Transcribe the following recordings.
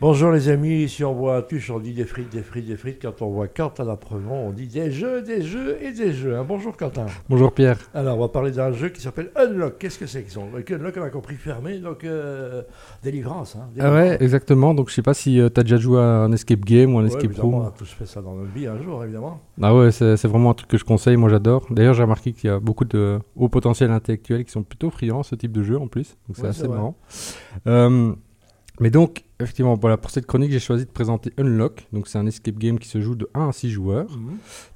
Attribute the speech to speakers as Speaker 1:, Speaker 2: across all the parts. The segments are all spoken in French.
Speaker 1: Bonjour les amis, si on voit un tuche, on dit des frites, des frites, des frites. Quand on voit Quentin Apremont, on dit des jeux, des jeux et des jeux. hein. Bonjour Quentin.
Speaker 2: Bonjour Pierre.
Speaker 1: Alors on va parler d'un jeu qui s'appelle Unlock. Qu'est-ce que c'est que son Unlock, on a compris fermé, donc euh, délivrance. hein.
Speaker 2: Ah ouais, exactement. Donc je sais pas si tu t'as déjà joué à un escape game ou un
Speaker 1: Ouais,
Speaker 2: escape
Speaker 1: évidemment, On
Speaker 2: room.
Speaker 1: a tous fait ça dans notre vie un jour, évidemment.
Speaker 2: Ah ouais, c'est c'est vraiment un truc que je conseille. Moi j'adore. D'ailleurs j'ai remarqué qu'il y a beaucoup de hauts potentiels intellectuels qui sont plutôt friands ce type de jeu en plus. Donc c'est
Speaker 1: Ouais, c'est
Speaker 2: assez
Speaker 1: vrai.
Speaker 2: marrant. Euh, mais donc effectivement voilà pour cette chronique j'ai choisi de présenter Unlock. Donc c'est un escape game qui se joue de 1 à 6 joueurs.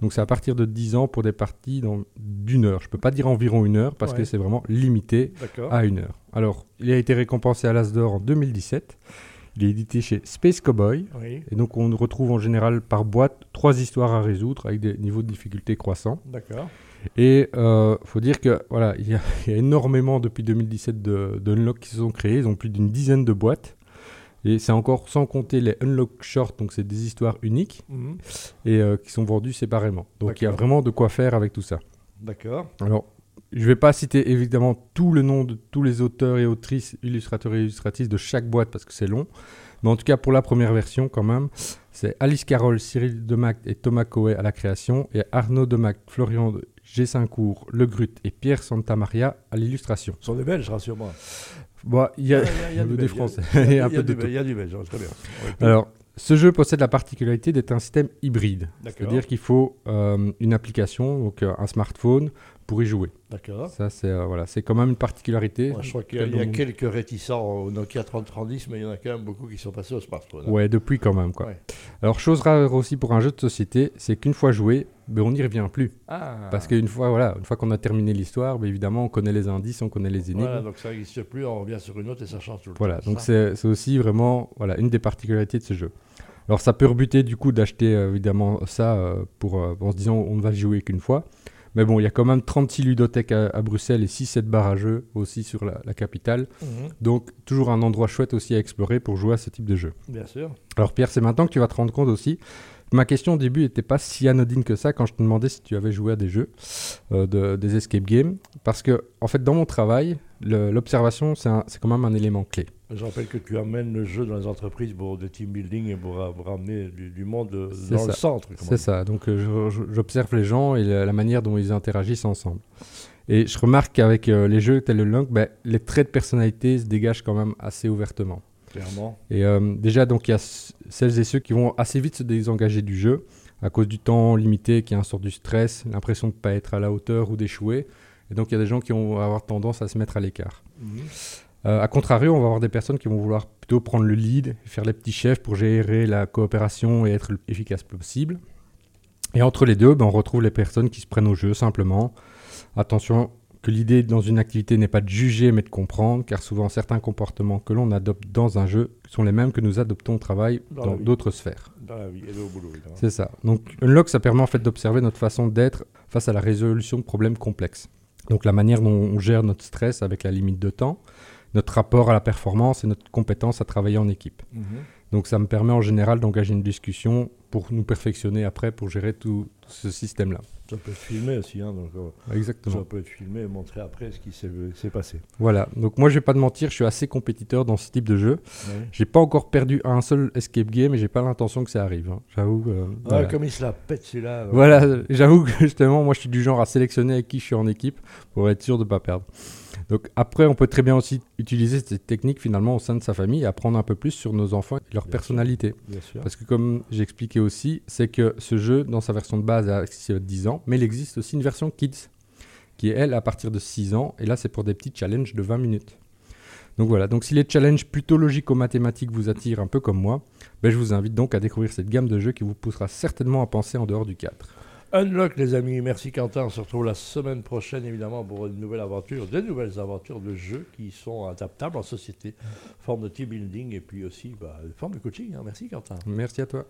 Speaker 2: Donc c'est à partir de 10 ans pour des parties dans- d'une heure. Je peux pas dire environ une heure parce
Speaker 1: Ouais.
Speaker 2: que c'est vraiment limité
Speaker 1: D'accord.
Speaker 2: à une heure. Alors, il a été récompensé à l'As d'Or en 2017. Il est édité chez Space Cowboy.
Speaker 1: Oui,
Speaker 2: Et donc, on retrouve en général par boîte trois histoires à résoudre avec des niveaux de difficulté croissants.
Speaker 1: d'accord.
Speaker 2: Et euh, faut dire que voilà, il y a, il y a énormément depuis 2017 de, de unlocks qui se sont créés. Ils ont plus d'une dizaine de boîtes. Et c'est encore sans compter les unlock short, donc c'est des histoires uniques
Speaker 1: Mhm,
Speaker 2: et euh, qui sont vendues séparément. Donc il y a
Speaker 1: D'accord.
Speaker 2: vraiment de quoi faire avec tout ça.
Speaker 1: D'accord.
Speaker 2: Alors, je vais pas citer évidemment tout le nom de tous les auteurs et autrices, illustrateurs et illustratrices de chaque boîte parce que c'est long. Mais en tout cas, pour la première version, quand même, c'est Alice Carole, Cyril Demac et Thomas Coe à la création et Arnaud Demac, Florian Gessincourt, Le Grut et Pierre Santamaria à l'illustration.
Speaker 1: Ce sont des Belges, rassure-moi.
Speaker 2: Bon, il y a,
Speaker 1: Il
Speaker 2: des
Speaker 1: Belge,
Speaker 2: Français
Speaker 1: il y a-
Speaker 2: et un
Speaker 1: il y a
Speaker 2: peu de
Speaker 1: du
Speaker 2: tout.
Speaker 1: Belge, Il y a du Belge, hein, très bien.
Speaker 2: Alors, ce jeu possède la particularité d'être un système hybride.
Speaker 1: D'accord.
Speaker 2: C'est-à-dire qu'il faut euh, une application, donc euh, un smartphone, pour y jouer.
Speaker 1: D'accord.
Speaker 2: Ça, c'est euh, voilà, c'est quand même une particularité.
Speaker 1: Moi, je crois qu'il y a, il y a
Speaker 2: Donc,
Speaker 1: quelques réticents au Nokia 3030, mais il y en a quand même beaucoup qui sont passés au smartphone. hein.
Speaker 2: Ouais, depuis quand même. Quoi.
Speaker 1: Ouais.
Speaker 2: Alors, chose rare aussi pour un jeu de société, c'est qu'une fois joué, ben, on n'y revient plus.
Speaker 1: Ah.
Speaker 2: Parce qu'une fois, voilà, une fois qu'on a terminé l'histoire, ben, évidemment, on connaît les indices, on connaît les énigmes.
Speaker 1: Voilà,
Speaker 2: Voilà,
Speaker 1: donc ça n'existe plus, on revient sur une autre et ça change tout le temps.
Speaker 2: donc
Speaker 1: ça.
Speaker 2: c'est c'est aussi vraiment voilà, une des particularités de ce jeu. Alors, ça peut rebuter du coup d'acheter euh, évidemment ça euh, pour, euh, en se disant on ne va jouer qu'une fois. Mais bon, il y a quand même 36 ludothèques à, à Bruxelles et 6-7 bars à jeux aussi sur la- la capitale.
Speaker 1: Mhm,
Speaker 2: Donc, toujours un endroit chouette aussi à explorer pour jouer à ce type de jeu.
Speaker 1: Bien sûr.
Speaker 2: Alors Pierre, c'est maintenant que tu vas te rendre compte aussi. Ma question au début n'était pas si anodine que ça quand je te demandais si tu avais joué à des jeux, euh, de- des escape games, parce que en fait dans mon travail, le- l'observation c'est un- c'est quand même un élément clé.
Speaker 1: Je rappelle que tu amènes le jeu dans les entreprises pour des team building et pour, ra- pour ramener du, du monde euh,
Speaker 2: C'est
Speaker 1: dans
Speaker 2: ça.
Speaker 1: le centre. comme on
Speaker 2: C'est
Speaker 1: dit.
Speaker 2: ça, donc euh, je- je- j'observe les gens et la, la manière dont ils interagissent ensemble. Et je remarque qu'avec euh, les jeux tels le Lunk, ben, les traits de personnalité se dégagent quand même assez ouvertement.
Speaker 1: Clairement.
Speaker 2: Et euh, déjà, donc, il y a c- celles et ceux qui vont assez vite se désengager du jeu à cause du temps limité, qui est un sort du stress, l'impression de ne pas être à la hauteur ou d'échouer. Et donc, il y a des gens qui vont avoir tendance à se mettre à l'écart.
Speaker 1: Mhm.
Speaker 2: Euh, a contrario, on va avoir des personnes qui vont vouloir plutôt prendre le lead, faire les petits chefs pour gérer la coopération et être le plus efficace possible. Et entre les deux, ben, on retrouve les personnes qui se prennent au jeu simplement. Attention que l'idée dans une activité n'est pas de juger mais de comprendre, car souvent certains comportements que l'on adopte dans un jeu sont les mêmes que nous adoptons au travail
Speaker 1: Dans la
Speaker 2: dans
Speaker 1: vie.
Speaker 2: d'autres sphères.
Speaker 1: Dans la vie et au boulot. évidemment.
Speaker 2: C'est ça. Donc, Unlock, ça permet en fait d'observer notre façon d'être face à la résolution de problèmes complexes. Donc, la manière dont on gère notre stress avec la limite de temps, notre rapport à la performance et notre compétence à travailler en équipe.
Speaker 1: Mhm.
Speaker 2: Donc, ça me permet en général d'engager une discussion pour nous perfectionner après pour gérer tout ce système-là.
Speaker 1: Ça peut être filmé aussi. hein, donc, euh, ça
Speaker 2: Exactement.
Speaker 1: peut être filmé et montré après ce qui s'est s'est passé.
Speaker 2: Voilà. Donc, moi, je vais pas te mentir, je suis assez compétiteur dans ce type de jeu.
Speaker 1: Ouais.
Speaker 2: J'ai pas encore perdu un seul escape game et j'ai pas l'intention que ça arrive. hein. J'avoue. euh,
Speaker 1: Ah,
Speaker 2: voilà.
Speaker 1: Comme il se la pète celui-là. euh, alors.
Speaker 2: Euh, Voilà, j'avoue que justement, moi je suis du genre à sélectionner avec qui je suis en équipe pour être sûr de ne pas perdre. Donc après, on peut très bien aussi utiliser cette technique finalement au sein de sa famille et apprendre un peu plus sur nos enfants et leur
Speaker 1: Bien sûr.
Speaker 2: personnalité.
Speaker 1: Bien sûr.
Speaker 2: Parce que comme j'expliquais aussi, c'est que ce jeu, dans sa version de base, a accessible à 10 ans, mais il existe aussi une version kids, qui est elle à partir de 6 ans, et là c'est pour des petits challenges de 20 minutes. Donc voilà, donc si les challenges plutôt logico-mathématiques vous attirent un peu comme moi, ben, je vous invite donc à découvrir cette gamme de jeux qui vous poussera certainement à penser en dehors du cadre.
Speaker 1: Unlock les amis, merci Quentin, on se retrouve la semaine prochaine évidemment pour une nouvelle aventure, des nouvelles aventures de jeux qui sont adaptables en société, forme de team building et puis aussi bah, forme de coaching, hein. merci Quentin.
Speaker 2: Merci à toi.